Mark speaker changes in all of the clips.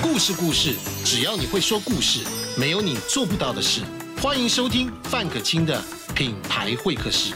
Speaker 1: 故事故事，只要你会说故事，没有你做不到的事。欢迎收听范可清的品牌会客室。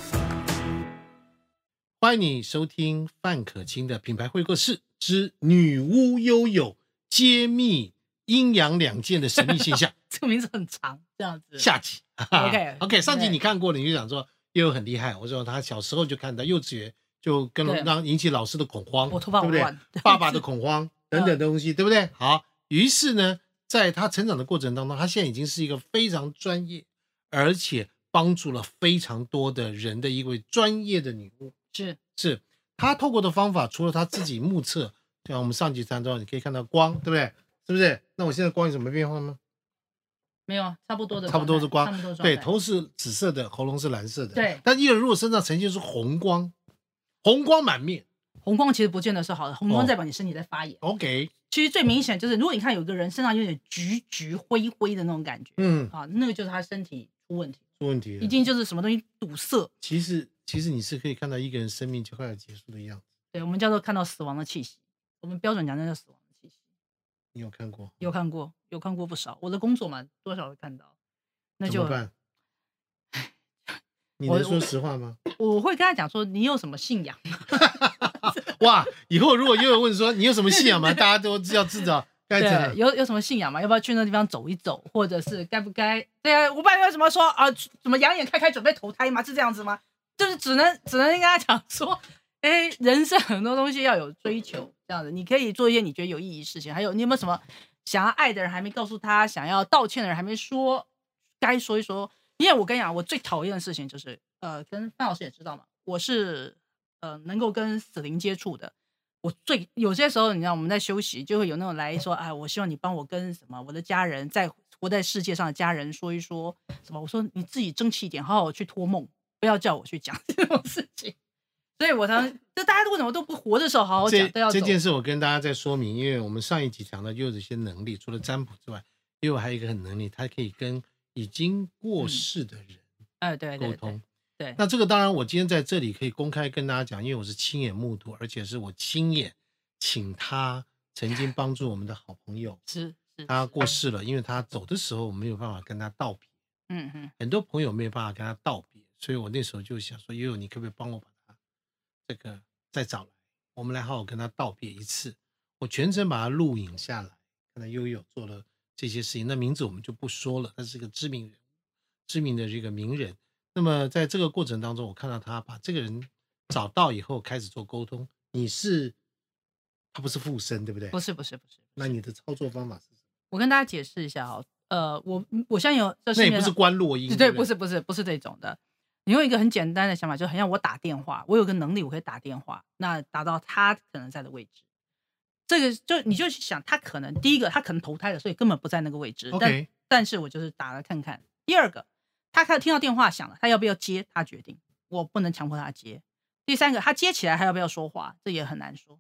Speaker 1: 欢迎你收听范可清的品牌会客室之女巫悠悠揭秘阴阳两界的神秘现 象
Speaker 2: 这个名字很长，这样子。
Speaker 1: 下集。
Speaker 2: OK，
Speaker 1: OK，上集
Speaker 2: 对
Speaker 1: 你看过了，你就想说悠悠很厉害。我说她小时候就看到幼稚园就跟
Speaker 2: 对
Speaker 1: 让引起老师的恐慌，
Speaker 2: 我头发
Speaker 1: 对
Speaker 2: 很
Speaker 1: 不对？
Speaker 2: 乱，
Speaker 1: 爸爸的恐慌等等东西，对不对？好，于是呢，在他成长的过程当中，他现在已经是一个非常专业，而且帮助了非常多的人的一位专业的女巫。
Speaker 2: 是
Speaker 1: 是他透过的方法，除了他自己目测，像我们上集谈到，你可以看到光，对不对？是不是？那我现在光有什么变化吗？
Speaker 2: 没有啊，差不多的状态，
Speaker 1: 差不多是光
Speaker 2: 差不多的状态
Speaker 1: 对，头是紫色的，喉咙是蓝色的。
Speaker 2: 对
Speaker 1: 但一个人如果身上呈现出红光，红光满面
Speaker 2: 红光其实不见得是好的，红光
Speaker 1: 哦
Speaker 2: 代表你身体在发炎。
Speaker 1: ，OK，
Speaker 2: 其实最明显就是，如果你看有个人身上有点橘橘灰灰的那种感觉，
Speaker 1: 嗯，
Speaker 2: 啊，那个就是他身体出问题，
Speaker 1: 出问题了
Speaker 2: 一。定就是什么东西堵塞。
Speaker 1: 其实其实你是可以看到一个人生命就快要结束的样子，
Speaker 2: 对，我们叫做看到死亡的气息，我们标准讲那叫死亡的气息。
Speaker 1: 你有看过？
Speaker 2: 有看过，有看过不少。我的工作嘛，多少会看到。那
Speaker 1: 怎
Speaker 2: 就
Speaker 1: 么办？你
Speaker 2: 我
Speaker 1: 能说
Speaker 2: 我
Speaker 1: 实话吗？
Speaker 2: 我会跟他讲说，你有什么信仰？
Speaker 1: 哇，以后如果又有问说你有什么信仰 吗？大家都知道知道该怎
Speaker 2: 对，
Speaker 1: 样。
Speaker 2: 有有什么信仰吗？要不要去那地方走一走，或者是该不该？对啊，我爸为什么说啊？怎么两眼开开准备投胎吗？是这样子吗？就是只能只能跟他讲说，哎，人生很多东西要有追求，这样子你可以做一些你觉得有意义的事情。还有你有没有什么想要爱的人还没告诉他，想要道歉的人还没说，该说一说。因为我跟你讲，我最讨厌的事情就是，呃，跟范老师也知道嘛，我是呃能够跟死灵接触的，我最有些时候，你知道我们在休息，就会有那种来说，哎，我希望你帮我跟什么我的家人，在活在世界上的家人说一说什么。我说你自己争气一点，好好去托梦，不要叫我去讲这种事情。所以我常就大家都为什么都不活的时候好好
Speaker 1: 这
Speaker 2: 讲，都要
Speaker 1: 这
Speaker 2: 走。
Speaker 1: 件事我跟大家再说明，因为我们上一集讲到又有一些能力，除了占卜之外，又有还有一个很能力，他可以跟已经过
Speaker 2: 嗯
Speaker 1: 世的人
Speaker 2: 哎，对对
Speaker 1: 沟
Speaker 2: 对
Speaker 1: 通。
Speaker 2: 对
Speaker 1: 那这个当然，我今天在这里可以公开跟大家讲，因为我是亲眼目睹，而且是我亲眼请他曾经帮助我们的好朋友，
Speaker 2: 是是，
Speaker 1: 他
Speaker 2: 是
Speaker 1: 过世了，因为他走的时候我没有办法跟他道别，
Speaker 2: 嗯嗯，
Speaker 1: 很多朋友没有办法跟他道别，所以我那时候就想说，悠悠，你可不可以帮我把他这个再找来，我们来好好跟他道别一次。我全程把他录影下来，看到悠悠做了这些事情，那名字我们就不说了，他是个知名人，知名的这个名人。那么在这个过程当中，我看到他把这个人找到以后，开始做沟通。你是他不是附身，对不对？
Speaker 2: 不是不是不是，
Speaker 1: 那你的操作方法是什么？
Speaker 2: 我跟大家解释一下哦，呃，我我相信有这
Speaker 1: 那
Speaker 2: 世
Speaker 1: 也
Speaker 2: 界
Speaker 1: 不是
Speaker 2: 上
Speaker 1: 关落音，
Speaker 2: 对，
Speaker 1: 不
Speaker 2: 不是不是不是这种的。你用一个很简单的想法，就很像我打电话，我有个能力，我可以打电话，那达到他可能在的位置。这个就你就想，他可能第一个他可能投胎了，所以根本不在那个位置。但
Speaker 1: OK，
Speaker 2: 但是我就是打了看看。第二个，他看听到电话响了，他要不要接，他决定，我不能强迫他接。第三个，他接起来还要不要说话，这也很难说。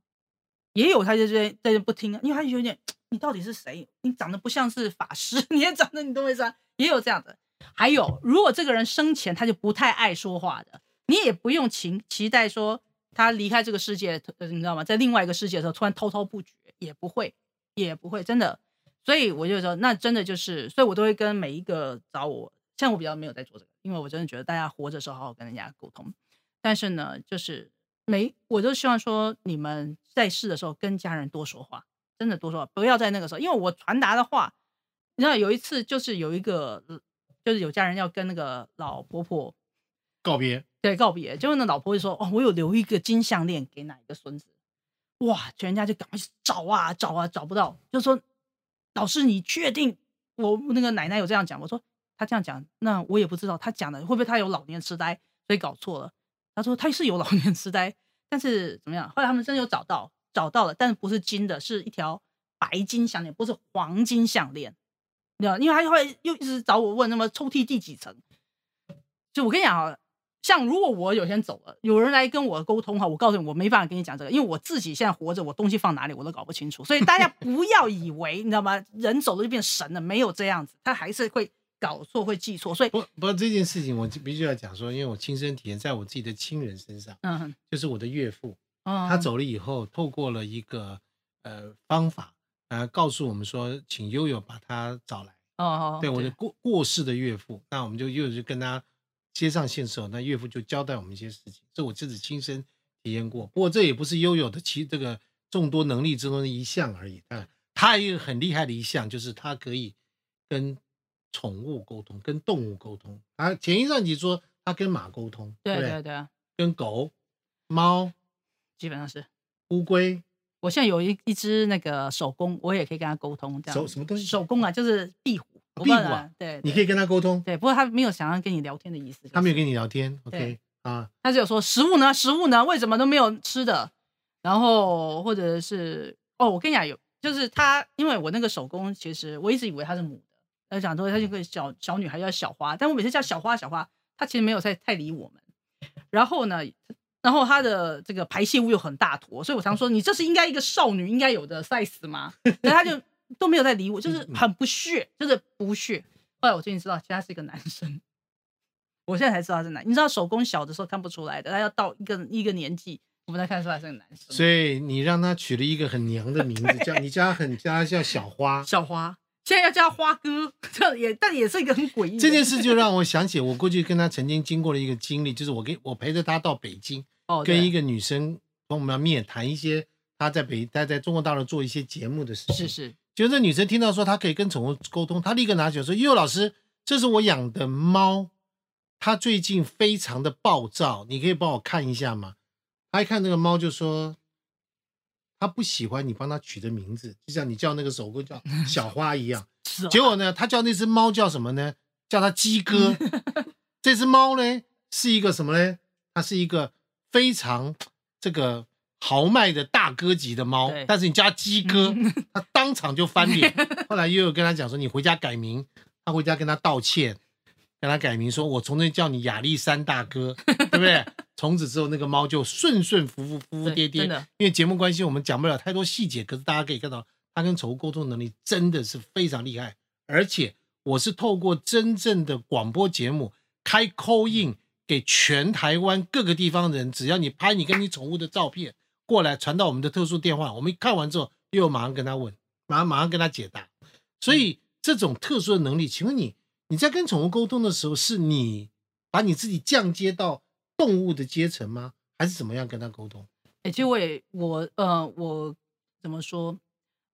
Speaker 2: 也有他就在在这不听啊，因为他就有点你到底是谁？你长得不像是法师， 你也长得你都会样，也有这样的。还有，如果这个人生前他就不太爱说话的，你也不用期期待说他离开这个世界，呃你知道吗？在另外一个世界的时候，突然滔滔不绝，也不会，也不会，真的。所以我就说，那真的就是，所以我都会跟每一个找我，像我比较没有在做这个，因为我真的觉得大家活着的时候好好跟人家沟通。但是呢，就是每我就希望说，你们在世的时候跟家人多说话，真的多说话，不要在那个时候，因为我传达的话，你知道有一次就是有一个，就是有家人要跟那个老婆婆
Speaker 1: 告别。
Speaker 2: 对告别，结果呢，老婆就说：“哦，我有留一个金项链给哪一个孙子。”哇，全家就赶快去找啊找啊，找不到，就说：“老师，你确定我那个奶奶有这样讲？”我说：“她这样讲，那我也不知道她讲的会不会她有老年痴呆，所以搞错了。”她说：“她是有老年痴呆，但是怎么样？后来他们真的有找到，找到了，但是不是金的，是一条白金项链，不是黄金项链。”你知道，因为他后来又一直找我问，那么抽屉第几层？就我跟你讲啊，像如果我有一天走了，有人来跟我沟通哈，我告诉你，我没办法跟你讲这个，因为我自己现在活着，我东西放哪里我都搞不清楚。所以大家不要以为你知道吗？人走了就变神了，没有这样子，他还是会搞错，会记错。所以，
Speaker 1: 不不，这件事情我必须要讲说，因为我亲身体验在我自己的亲人身上，
Speaker 2: 嗯，
Speaker 1: 就是我的岳父，
Speaker 2: 嗯
Speaker 1: 他，走了以后，透过了一个呃方法，呃，告诉我们说，请悠悠把他找来。
Speaker 2: 哦哦，
Speaker 1: 对，我的过过世的岳父，那我们就又就跟他接上线之后，那岳父就交代我们一些事情，这我自己亲身体验过。不过这也不是悠悠的其这个众多能力之中的一项而已。当然，他也有很厉害的一项，就是他可以跟宠物沟通，跟动物沟通。啊，前一上集说他跟马沟通，
Speaker 2: 对
Speaker 1: 不
Speaker 2: 对对啊，
Speaker 1: 跟狗、猫、
Speaker 2: 基本上是。
Speaker 1: 乌龟，
Speaker 2: 我现在有一一只那个手工，我也可以跟他沟通，这样
Speaker 1: 手什么东西
Speaker 2: 手工啊，就是壁虎，我不
Speaker 1: 壁
Speaker 2: 知道
Speaker 1: 虎啊
Speaker 2: 哪对，
Speaker 1: 你
Speaker 2: 对
Speaker 1: 可以跟他沟通，
Speaker 2: 对，不过他没有想要跟你聊天的意思、
Speaker 1: 他没有
Speaker 2: 你，
Speaker 1: 跟你聊天，OK
Speaker 2: 对
Speaker 1: 啊，
Speaker 2: 他只有说食物呢，食物呢，为什么都没有吃的？然后或者是哦，我跟你讲，有就是他，因为我那个手工，其实我一直以为他是母的，他讲说他就个小小女孩叫小花，但我每次叫小花小花，她其实没有太太理我们。然后呢，然后她的这个排泄物又很大坨，所以我常说你这是应该一个少女应该有的 size 吗？ 但她就都没有在理我，就是很不屑，就是不屑。后来我最近知道，其实他是一个男生，我现在才知道他是男。你知道手工小的时候看不出来的，他要到一个一个年纪，我们才看出来是个男生。
Speaker 1: 所以你让他取了一个很娘的名字，叫你叫他很叫他叫小花。
Speaker 2: 小花现在要叫他花哥， 这也但也是一个很诡异 的
Speaker 1: 这件事就让我想起我过去跟他曾经经过的一个经历，就是我跟我陪着他到北京，
Speaker 2: 哦，
Speaker 1: 跟一
Speaker 2: 个
Speaker 1: 个女生跟我们面谈一些他在北他在中国大陆做一些节目的事情。
Speaker 2: 是是
Speaker 1: 就这女生听到说她可以跟宠物沟通，她立刻拿起来说：“悠悠老师，这是我养的猫，它最近非常的暴躁，你可以帮我看一下吗？”她一看那个猫就说：“它不喜欢你帮它取的名字，就像你叫那个手工叫小花一样。”
Speaker 2: 是啊
Speaker 1: 结果呢，她叫那只猫叫什么呢？叫它鸡哥。这只猫呢是一个什么呢？它是一个非常这个豪迈的大哥级的猫
Speaker 2: 对，
Speaker 1: 但是你叫它鸡
Speaker 2: 嗯
Speaker 1: 哥，他当场就翻脸。后来悠悠跟他讲说：“你回家改名。”他回家跟他道歉，跟他改名说：“我从今叫你亚历山大哥，对不对？”从此之后，那个猫就顺顺服服、服服
Speaker 2: 对
Speaker 1: 帖帖
Speaker 2: 真。的
Speaker 1: 因为节目关系，我们讲不了太多细节，可是大家可以看到，他跟宠物沟通能力真的是非常厉害。而且我是透过真正的广播节目开 call in 给全台湾各个地方人，只要你拍你跟你宠物的照片过来，传到我们的特殊电话，我们一看完之后，又有马上跟他问，马上马上跟他解答。所以这种特殊的能力，请问你你在跟宠物沟通的时候，是你把你自己降阶到动物的阶层吗？还是怎么样跟他沟通？
Speaker 2: 哎、其实我也我呃我怎么说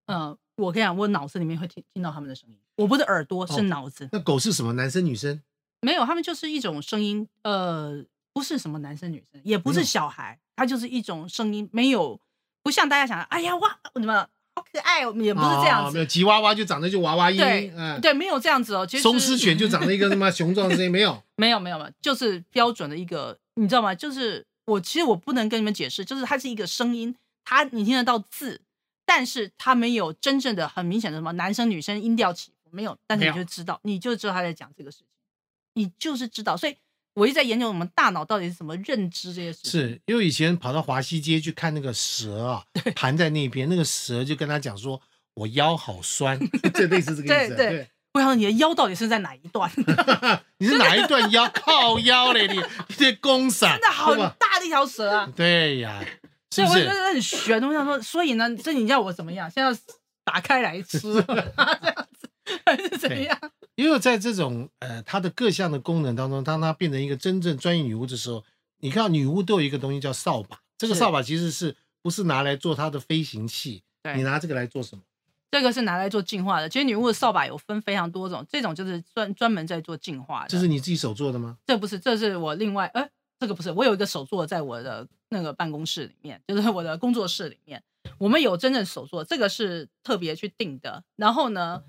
Speaker 2: 呃，我跟你讲，我脑子里面会听听到他们的声音，我不是耳朵
Speaker 1: 哦
Speaker 2: 是脑子，
Speaker 1: 那狗是什么？男生女生？
Speaker 2: 没有，他们就是一种声音，呃，不是什么男生女生，也不
Speaker 1: 没有
Speaker 2: 是小孩，它就是一种声音，没有不像大家想的，哎呀哇，怎么好可爱，我们也不是这样
Speaker 1: 哦
Speaker 2: 子，
Speaker 1: 没有吉娃娃就长得就娃娃音，
Speaker 2: 对、
Speaker 1: 嗯，
Speaker 2: 对，没有这样子哦，其实
Speaker 1: 松狮犬就长得一个他 妈雄壮声音，没有。
Speaker 2: 没有没有没有，就是标准的一个，你知道吗？就是我其实我不能跟你们解释，就是它是一个声音，它你听得到字，但是它没有真正的很明显的什么男生女生音调起伏，没有，但是
Speaker 1: 没
Speaker 2: 你
Speaker 1: 有
Speaker 2: 就知道，你就知道他在讲这个事情，你就是知道。所以我一直在研究我们大脑到底是怎么认知这些事情。
Speaker 1: 是因为以前跑到华西街去看那个蛇啊，盘在那边，那个蛇就跟他讲说：“我腰好 酸。”这类似这个意思。啊
Speaker 2: 对对我想你的腰到底是在哪一段？ 真
Speaker 1: 对，啊你是哪一段腰？靠腰嘞，你 你这公伞
Speaker 2: 的好
Speaker 1: 对吧
Speaker 2: 大的一条蛇啊！
Speaker 1: 对 呀，是
Speaker 2: 所以
Speaker 1: 不
Speaker 2: 我
Speaker 1: 是
Speaker 2: 觉？得很悬。我想说，所以呢，这你叫我怎么样？现在要打开来吃， 这样子还是怎
Speaker 1: 对
Speaker 2: 样？
Speaker 1: 因为在这种呃它的各项的功能当中，当它变成一个真正专业女巫的时候，你看到女巫都有一个东西叫扫把，这个
Speaker 2: 是
Speaker 1: 扫把其实是不是拿来做它的飞行器？
Speaker 2: 对
Speaker 1: 你拿这个来做什么？
Speaker 2: 这个是拿来做净化的。其实女巫的扫把有分非常多种，这种就是专专门在做净化的。
Speaker 1: 这是你自己手做的吗？
Speaker 2: 这不是，这是我另外，哎，这个不是，我有一个手作在我的那个办公室里面，就是我的工作室里面，我们有真正手作，这个是特别去定的。然后呢，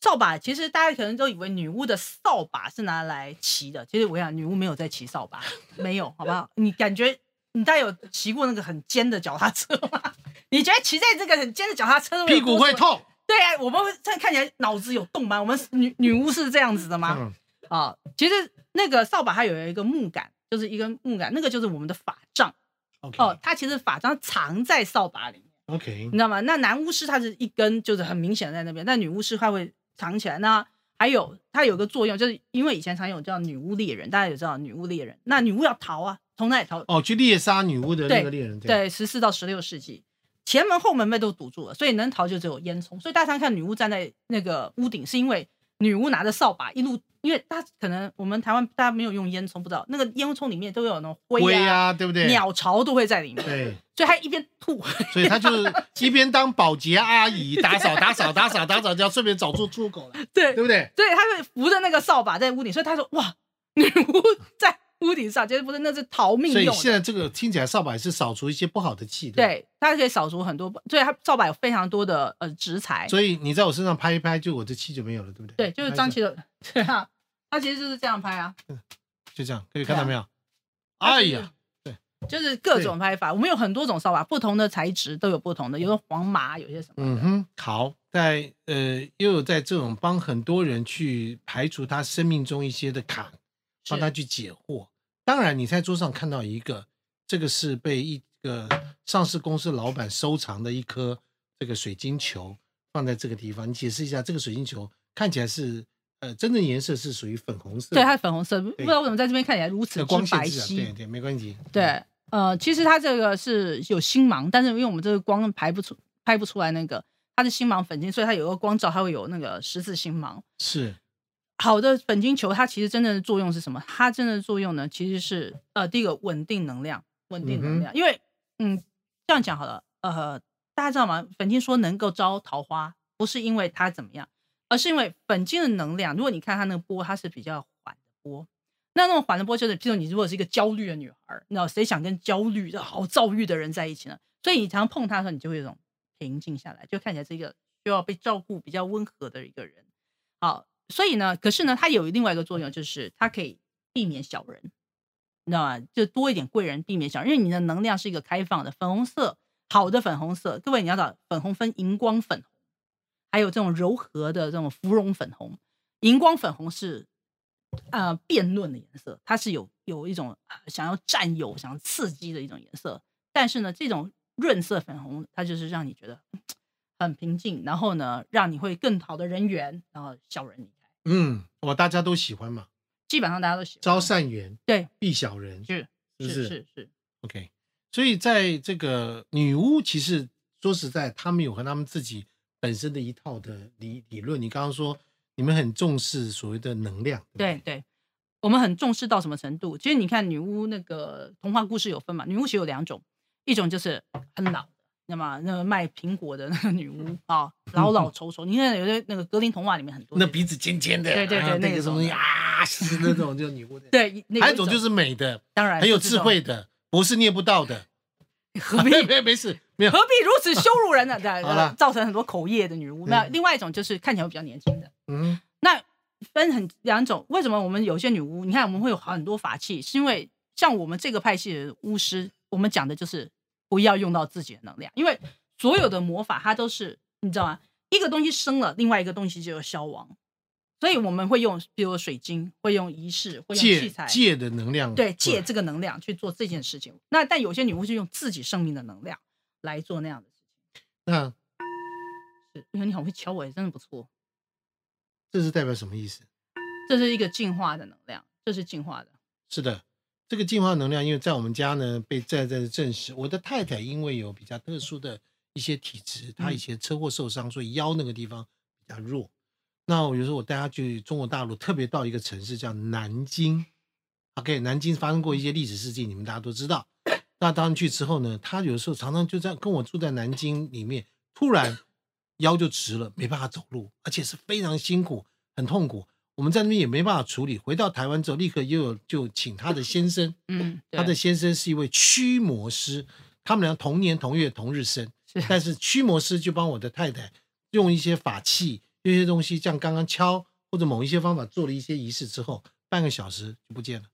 Speaker 2: 扫把其实大家可能都以为女巫的扫把是拿来骑的，其实我跟你讲女巫没有在骑扫把，没有，好不好？你感觉你大家有骑过那个很尖的脚踏车吗？ 你觉得骑在这个很尖的脚踏车，
Speaker 1: 屁股会
Speaker 2: 痛？
Speaker 1: 痛。
Speaker 2: 对啊，我们会这样看起来脑子有洞吗？我们女女巫是这样子的吗？
Speaker 1: 嗯，
Speaker 2: 啊、其实那个扫把它有一个木杆，就是一根木杆，那个就是我们的法杖
Speaker 1: OK
Speaker 2: 哦。它其实法杖藏在扫把里面，
Speaker 1: OK，
Speaker 2: 你知道吗？那男巫师他是一根，就是很明显的在那边，但女巫师他会藏起来。那还有它有个作用，就是因为以前常有叫女巫猎人，大家也知道女巫猎人，那女巫要逃啊，从哪里逃？
Speaker 1: 哦，去猎杀女巫的那个猎人，，
Speaker 2: 对，十四到十六世纪。前门后门被都堵住了，所以能逃就只有烟囱。所以大家看女巫站在那个屋顶，是因为女巫拿着扫把一路，因为她可能我们台湾大家没有用烟囱，不知道那个烟囱里面都有那种
Speaker 1: 龟
Speaker 2: 灰啊、
Speaker 1: 啊，对不对？
Speaker 2: 鸟巢都会在里面，
Speaker 1: 对，
Speaker 2: 所以她一边吐，
Speaker 1: 所以他就是一边当保洁阿姨打扫打扫打扫打扫，就要顺便找出出口来，
Speaker 2: 对
Speaker 1: 对不对？
Speaker 2: 对，他会扶着那个扫把在屋顶，所以他说：“哇，女巫在屋顶上，其实不是，那是逃命
Speaker 1: 所以
Speaker 2: 用
Speaker 1: 现
Speaker 2: 的。
Speaker 1: 在这个听起来扫把也是扫除一些不好的气”，不。
Speaker 2: 对，它可以扫除很多，所以它扫把有非常多的呃植材。
Speaker 1: 所以你在我身上拍一拍，就我的气就没有了，对不对？
Speaker 2: 对，就是
Speaker 1: 拍一
Speaker 2: 张
Speaker 1: 下
Speaker 2: 琪的， 对啊，他其实就是这样拍啊。
Speaker 1: 就这样，可以
Speaker 2: 对啊
Speaker 1: 看到没有？
Speaker 2: 它
Speaker 1: 哎
Speaker 2: 就是
Speaker 1: 呀，，
Speaker 2: 就是各种拍法，我们有很多种扫把，不同的材质都有不同的，有的黄麻，有些什么
Speaker 1: 嗯
Speaker 2: 的。
Speaker 1: 哼，好，在呃，又有在这种帮很多人去排除他生命中一些的坎，帮他
Speaker 2: 是
Speaker 1: 去解惑。当然，你在桌上看到一个，这个是被一个上市公司老板收藏的一颗这个水晶球，放在这个地方。你解释一下，这个水晶球看起来是呃，真正颜色是属于粉红色的，
Speaker 2: 对，它是粉红色，不知道为什么在这边看起来如此
Speaker 1: 呃
Speaker 2: 之
Speaker 1: 光线
Speaker 2: 白
Speaker 1: 自然，对
Speaker 2: 皙。
Speaker 1: 对，没关系。嗯
Speaker 2: 对，呃，其实它这个是有星芒，但是因为我们这个光排不出拍不出来那个，它是星芒粉晶，所以它有个光照，它会有那个十字星芒。
Speaker 1: 是
Speaker 2: 好的粉晶球，它其实真正的作用是什么？它真正的作用呢，其实是呃，第一个稳定能量，稳定能量，因为嗯，这样讲好了，呃，大家知道吗？粉晶说能够招桃花，不是因为它怎么样，而是因为粉晶的能量，如果你看它那个波，它是比较缓的波。那那种缓的波就是，譬如你如果是一个焦虑的女孩儿，那谁想跟焦虑的、好躁郁的人在一起呢？所以你常碰她的时候，你就会有一种平静下来，就看起来是一个需要被照顾、比较温和的一个人。好，所以呢，可是呢，它有另外一个作用，就是它可以避免小人，你知道吗？就多一点贵人，避免小人，因为你的能量是一个开放的，粉红色，好的粉红色，各位你要找粉红分荧光粉红，还有这种柔和的这种芙蓉粉红，荧光粉红是呃辩论的颜色，它是有有一种、呃想要占有、想要刺激的一种颜色，但是呢，这种润色粉红，它就是让你觉得嗯很平静，然后呢，让你会更好的人缘，然后小人离开，
Speaker 1: 嗯，我大家都喜欢嘛，
Speaker 2: 基本上大家都喜欢。
Speaker 1: 招善缘，
Speaker 2: 对，
Speaker 1: 避小人，
Speaker 2: 是
Speaker 1: 是不嗯
Speaker 2: 是是是，
Speaker 1: OK，所以在这个女巫，其实说实在，他们有和他们自己本身的一套的理理论。你刚刚说你们很重视所谓的能量，不
Speaker 2: 对对，我们很重视到什么程度？其实你看女巫那个童话故事有分嘛，女巫其实有两种，一种就是很老的，那么那个卖苹果的那个女巫啊，老老丑丑。你看有的那个格林童话里面很多
Speaker 1: 那
Speaker 2: 这种
Speaker 1: 鼻子尖尖的，
Speaker 2: 对对
Speaker 1: 啊
Speaker 2: 对
Speaker 1: 那
Speaker 2: 那
Speaker 1: 个什
Speaker 2: 种
Speaker 1: 么
Speaker 2: 的
Speaker 1: 啊，是那种就是女巫的。，
Speaker 2: 对，那哎
Speaker 1: 还有
Speaker 2: 一
Speaker 1: 一种就是美的，
Speaker 2: 当然
Speaker 1: 很有
Speaker 2: 就
Speaker 1: 智
Speaker 2: 这种，
Speaker 1: 慧的，博士念不到的。
Speaker 2: 何必
Speaker 1: 没没没事，没 有
Speaker 2: 何。必如此羞辱人呢？对，
Speaker 1: 好了
Speaker 2: 呃造成很多口业的女巫。那
Speaker 1: 嗯
Speaker 2: 另外一种就是看起来会比较年轻的。
Speaker 1: 嗯，
Speaker 2: 那分很两种，为什么我们有些女巫，你看我们会有很多法器，是因为像我们这个派系的巫师，我们讲的就是不要用到自己的能量，因为所有的魔法它都是你知道吗？一个东西生了，另外一个东西就要消亡，所以我们会用，比如水晶，会用仪式，会用器
Speaker 1: 借
Speaker 2: 材，
Speaker 1: 借的能量，嗯
Speaker 2: 对，借这个能量去做这件事情。那但有些女巫是用自己生命的能量来做那样的事
Speaker 1: 那
Speaker 2: 情，因为你很会敲我，也真的不错。
Speaker 1: 这是代表什么意思？
Speaker 2: 这是一个进化的能量，这是进化的。
Speaker 1: 是的，这个进化能量，因为在我们家呢被再再的证实，我的太太因为有比较特殊的一些体质，她以
Speaker 2: 嗯
Speaker 1: 前车祸受伤，所以腰那个地方比较弱。那我有时候我带她去中国大陆，特别到一个城市叫南京。OK，南京发生过一些历史事件，你们大家都知道。那当然去之后呢，她有时候常常就这样跟我住在南京里面，突然腰就直了，没办法走路，而且是非常辛苦，很痛苦。我们在那边也没办法处理，回到台湾之后，立刻又有就请她的先 生，
Speaker 2: 嗯，
Speaker 1: 她的先生是一位驱魔师，他们俩同年同月同日生，
Speaker 2: 是
Speaker 1: 但是驱魔师就帮我的太太用一些法器、用一些东西，像刚刚敲或者某一些方法做了一些仪式之后，半个小时就不见了，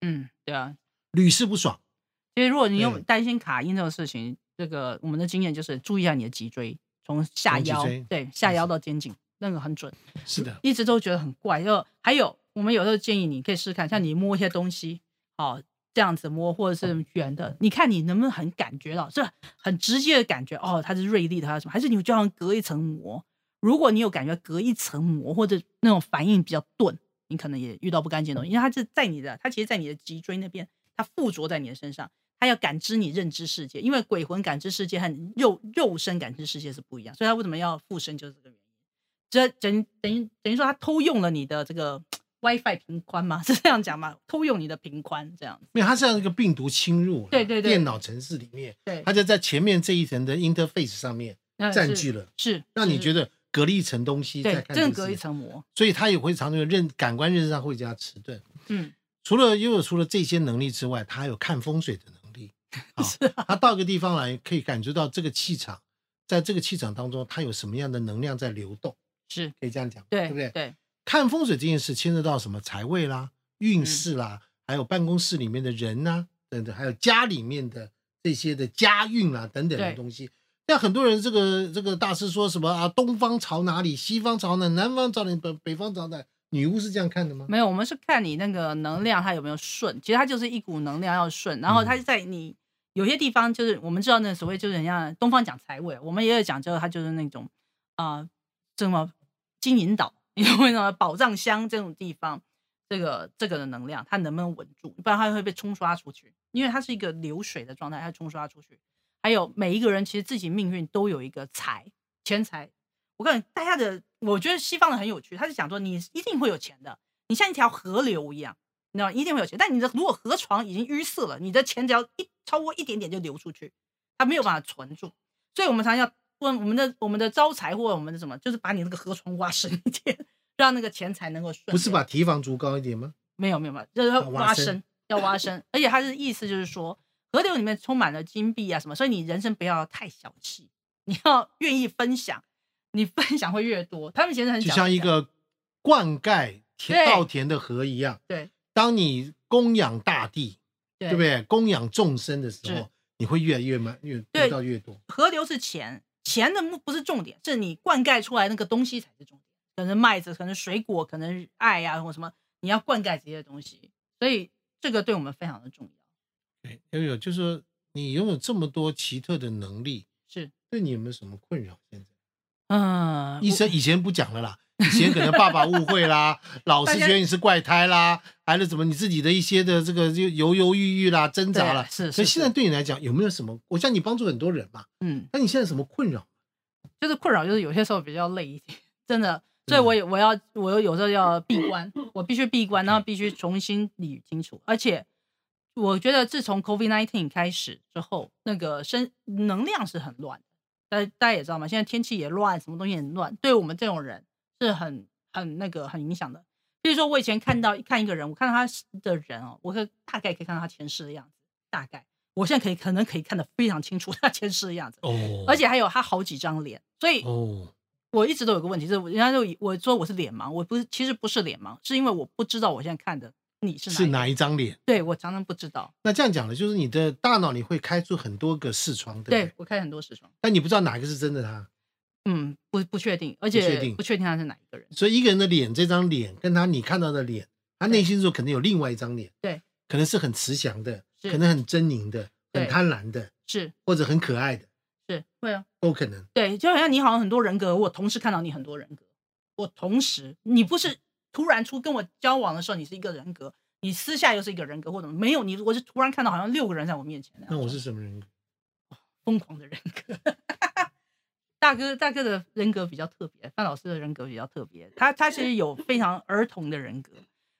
Speaker 2: 嗯，对啊，
Speaker 1: 屡试不爽。
Speaker 2: 所以如果你有
Speaker 1: 对
Speaker 2: 担心卡音这种事情，这个我们的经验就是注意一下你的脊椎，从下
Speaker 1: 从脊
Speaker 2: 腰
Speaker 1: 椎
Speaker 2: 对下腰到肩颈，那个很准，
Speaker 1: 是 的，
Speaker 2: 一直都觉得很怪。就还有我们有时候建议你可以试试看，像你摸一些东西，哦，这样子摸或者是圆的，你看你能不能很感觉到，这很直接的感觉哦，它是锐利的，它是什么？还是你就好像隔一层膜？如果你有感觉隔一层膜或者那种反应比较钝，你可能也遇到不干净的东西，因为它是在你的，它其实在你的脊椎那边，它附着在你的身上，他要感知你认知世界，因为鬼魂感知世界和肉肉身感知世界是不一样，所以他为什么要附身就是这个原因。这等等于等于说他偷用了你的这个 WiFi 频宽吗？ 是这样讲吗？偷用你的频宽这样子。
Speaker 1: 因为它是让一个病毒侵入了，啊
Speaker 2: 对对对
Speaker 1: 电脑程式里面，
Speaker 2: 对，
Speaker 1: 它就在前面这一层的 interface 上面
Speaker 2: 嗯
Speaker 1: 占
Speaker 2: 是
Speaker 1: 据了，
Speaker 2: 是
Speaker 1: 让你觉
Speaker 2: 得
Speaker 1: 得隔了一层东西在
Speaker 2: 对，
Speaker 1: 看
Speaker 2: 真
Speaker 1: 电
Speaker 2: 的
Speaker 1: 视
Speaker 2: 隔一，层膜。
Speaker 1: 所以它也会常常有认感官认知上会比较迟钝。
Speaker 2: 嗯，
Speaker 1: 除了悠悠除了这些能力之外，他还有看风水的能 力。好
Speaker 2: 是啊
Speaker 1: 他到一个地方来，可以感觉到这个气场，在这个气场当中，它有什么样的能量在流动，
Speaker 2: 是，
Speaker 1: 可以这样讲，
Speaker 2: 对
Speaker 1: 不对？
Speaker 2: 对，
Speaker 1: 看风水这件事牵涉到什么财位啦、运
Speaker 2: 嗯
Speaker 1: 势啦，还有办公室里面的人呐、等等，还有家里面的这些的家运啊等等的
Speaker 2: 对
Speaker 1: 东西。但很多人这个这个大师说什么啊，东方朝哪里，西方朝哪，南方朝哪，北北方朝哪？女巫是这样看的吗？
Speaker 2: 没有，我们是看你那个能量它有没有顺，其实它就是一股能量要顺，然后它
Speaker 1: 嗯
Speaker 2: 在你有些地方就是我们知道那所谓就是人家东方讲财位，我们也有讲，就是它就是那种啊什么金银岛，你懂为什么宝藏箱这种地方，这个这个的能量它能不能稳住，不然它会被冲刷出去，因为它是一个流水的状态，它冲刷出去。还有每一个人其实自己命运都有一个财，钱财。我告诉你，大家的我觉得西方的很有趣，他是讲说你一定会有钱的。你像一条河流一样，你知道吗一定会有钱。但你的如果河床已经淤塞了，你的钱只要一超过一点点就流出去，它没有办法存住。所以我们常要问我们的我们的招财或者我们的什么，就是把你那个河床挖深一点， 让那个钱财能够顺。
Speaker 1: 不是把？提防竹高一点吗？
Speaker 2: 没有没有没有，就是要
Speaker 1: 要挖
Speaker 2: 挖
Speaker 1: 深
Speaker 2: 深，要挖深。而且它的意思就是说，河流里面充满了金币啊什么，所以你人生不要太小气，你要愿意分享，你分享会越多。他们以前是很
Speaker 1: 就
Speaker 2: 讲
Speaker 1: 像一
Speaker 2: 这样
Speaker 1: 个灌溉田
Speaker 2: 对
Speaker 1: 稻田的河一样。
Speaker 2: 对，
Speaker 1: 当你供养大地，
Speaker 2: 对
Speaker 1: 对不对？供养众生的时
Speaker 2: 是
Speaker 1: 候，你会越来越满，越
Speaker 2: 对
Speaker 1: 得到越多。
Speaker 2: 河流是钱，钱的目不是重点，是你灌溉出来那个东西才是重点。可能麦子，可能水果，可能爱呀、或什么，你要灌溉这些东西，所以这个对我们非常的重要。
Speaker 1: 对，哎悠悠就是说你拥有这么多奇特的能力，
Speaker 2: 是，
Speaker 1: 对你有没有什么困扰？现在
Speaker 2: 嗯，
Speaker 1: 医
Speaker 2: 我
Speaker 1: 生以前不讲了啦，以前可能爸爸误会啦，老师
Speaker 2: 大家
Speaker 1: 觉得你是怪胎啦，还是怎么你自己的一些的这个就犹犹豫豫啦、挣扎
Speaker 2: 对
Speaker 1: 啦。
Speaker 2: 是
Speaker 1: 所
Speaker 2: 是
Speaker 1: 以现在
Speaker 2: 是，
Speaker 1: 对你来讲有没有什么？我像你帮助很多人嘛，
Speaker 2: 嗯，
Speaker 1: 那你现在有什么困扰？
Speaker 2: 就是困扰，就是有些时候比较累一点，真的。所以我也我要我有时候要闭关，我必须闭关，然后必须重新理清楚。而且我觉得自从 COVID nineteen 开始之后，那个身能量是很乱的。大大家也知道嘛，现在天气也乱，什么东西也乱，对我们这种人是很很那个很影响的。比如说我以前看到看一个人，我看到他的人哦，我可大概可以看到他前世的样子，大概我现在可以可能可以看得非常清楚他前世的样子。
Speaker 1: 哦
Speaker 2: 而且还有他好几张脸，所以
Speaker 1: 哦，
Speaker 2: 我一直都有个问题，就是我人家就以我说我是脸盲，我不是其实不是脸盲，是因为我不知道我现在看的你是哪
Speaker 1: 是
Speaker 2: 一个
Speaker 1: 哪一张脸？
Speaker 2: 对我常常不知道，
Speaker 1: 那这样讲呢，就是你的大脑里会开出很多个视窗，对不
Speaker 2: 对
Speaker 1: 对？
Speaker 2: 我看很多视窗，
Speaker 1: 但你不知道哪个是真的他，
Speaker 2: 嗯，不不确定，而
Speaker 1: 确
Speaker 2: 且
Speaker 1: 定
Speaker 2: 不确定他是哪一个人，
Speaker 1: 所以一个人的脸，这张脸跟他你看到的脸，他内心中可能有另外一张脸，
Speaker 2: 对，
Speaker 1: 可能是很慈祥的，
Speaker 2: 是
Speaker 1: 可能很狰狞的，
Speaker 2: 对
Speaker 1: 很贪婪的，
Speaker 2: 是
Speaker 1: 或者很可爱的，
Speaker 2: 是会啊，
Speaker 1: 都可能。
Speaker 2: 对，就好像你好像很多人格，我同时看到你很多人格，我同时你不是突然出跟我交往的时候你是一个人格，你私下又是一个人格或者没有你，我是突然看到好像六个人在我面前那样
Speaker 1: 那我是什么人格？
Speaker 2: 疯狂的人格。 大哥，大哥的人格比较特别，范老师的人格比较特别。他他其实有非常儿童的人格，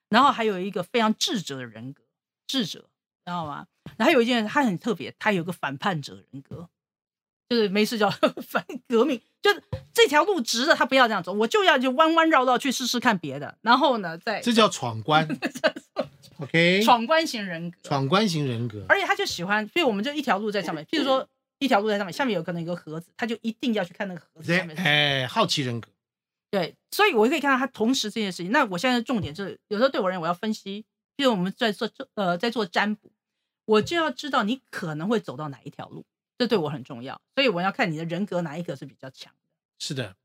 Speaker 2: 然后还有一个非常智者的人格，智者，知道吗？然后还有一件他很特别，他有个反叛者人格，就是没事就要 反革命，就是这条路直的，他不要这样走，我就要就弯弯绕绕去试试看别的。然后呢，再
Speaker 1: 这叫闯 关，OK？
Speaker 2: 闯关型人格，
Speaker 1: 闯关型人格，
Speaker 2: 而且他就喜欢，所以我们就一条路在 上面，譬如说一条路在上面，下面有可能有个盒子，他就一定要去看那个盒子
Speaker 1: 对
Speaker 2: 上，面是 什么。
Speaker 1: 哎，好奇人格，
Speaker 2: 对，所以我可以看到他同时这件事情。那我现在的重点就是，有时候对我而言，我要分析，譬如我们在做呃在做占卜，我就要知道你可能会走到哪一条路，这对我很重要。所以我要看你的人格哪一个是比较强的。
Speaker 1: 是的。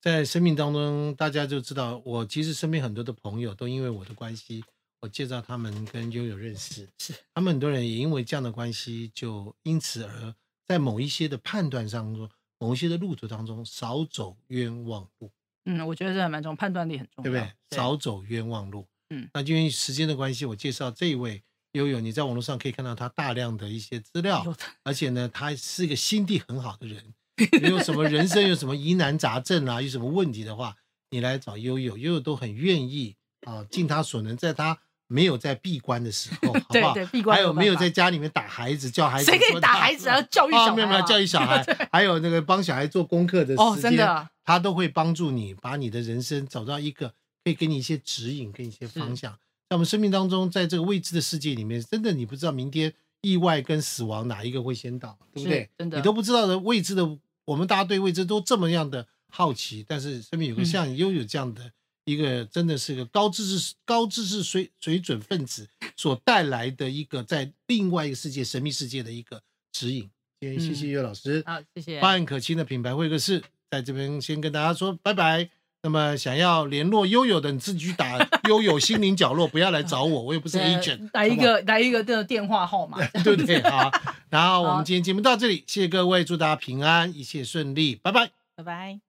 Speaker 1: 在生命当中，大家就知道，我其实身边很多的朋友都因为我的关系，我介绍他们跟悠悠认识，
Speaker 2: 是
Speaker 1: 他们很多人也因为这样的关系，就因此而在某一些的判断上中，某一些的路途当中少走冤枉路，
Speaker 2: 嗯，我觉得这还蛮重要，判断力很重
Speaker 1: 对
Speaker 2: 要，
Speaker 1: 不对？少走冤枉路。
Speaker 2: 嗯，
Speaker 1: 那因为时间的关系，我介绍这一位悠悠，你在网络上可以看到他大量的一些资料
Speaker 2: 有，的
Speaker 1: 而且呢，他是一个心地很好的人。你有什么人生有什么疑难杂症啊，有什么问题的话，你来找悠悠，悠悠都很愿意啊，尽他所能，在他没有在闭关的时候，好不
Speaker 2: 对
Speaker 1: 好？
Speaker 2: 对闭关
Speaker 1: 还
Speaker 2: 没
Speaker 1: 有
Speaker 2: 有
Speaker 1: 没有
Speaker 2: 办法
Speaker 1: 在家里面打孩子，叫孩子
Speaker 2: 谁可
Speaker 1: 说
Speaker 2: 以打
Speaker 1: 他
Speaker 2: 孩子，然后教育
Speaker 1: 啊，
Speaker 2: 小
Speaker 1: 没
Speaker 2: 孩
Speaker 1: 有没有
Speaker 2: 啊
Speaker 1: 教育小 孩，还有那个帮小孩做功课的
Speaker 2: 哦
Speaker 1: 时
Speaker 2: 真的
Speaker 1: 间
Speaker 2: 啊，
Speaker 1: 他都会帮助你，把你的人生找到一个可以给你一些指引，给你一些方向。
Speaker 2: 嗯
Speaker 1: 在我们生命当中，在这个未知的世界里面，真的你不知道明天意外跟死亡哪一个会先到，对不
Speaker 2: 是
Speaker 1: 对？
Speaker 2: 真的
Speaker 1: 你都不知道的未知的，我们大家对未知都这么样的好奇，但是身边有个
Speaker 2: 嗯
Speaker 1: 像悠悠这样的。一个真的是个高知识、高知识水水准分子所带来的一个在另外一个世界、神秘世界的一个指引。今天谢谢
Speaker 2: 嗯
Speaker 1: 岳老师，
Speaker 2: 好，谢谢，
Speaker 1: 八眼可亲的品牌会客室，在这边先跟大家说拜拜。那么想要联络悠悠的，你自己去打悠悠心灵角落，不要来找我，我也不是
Speaker 2: 呃
Speaker 1: agent。
Speaker 2: 来一
Speaker 1: 好
Speaker 2: 个来一个这个电话号码，
Speaker 1: 不好，对不对？好，然后我
Speaker 2: 好
Speaker 1: 们今天节目到这里，谢谢各位，祝大家平安，一切顺利，拜拜。
Speaker 2: 拜拜。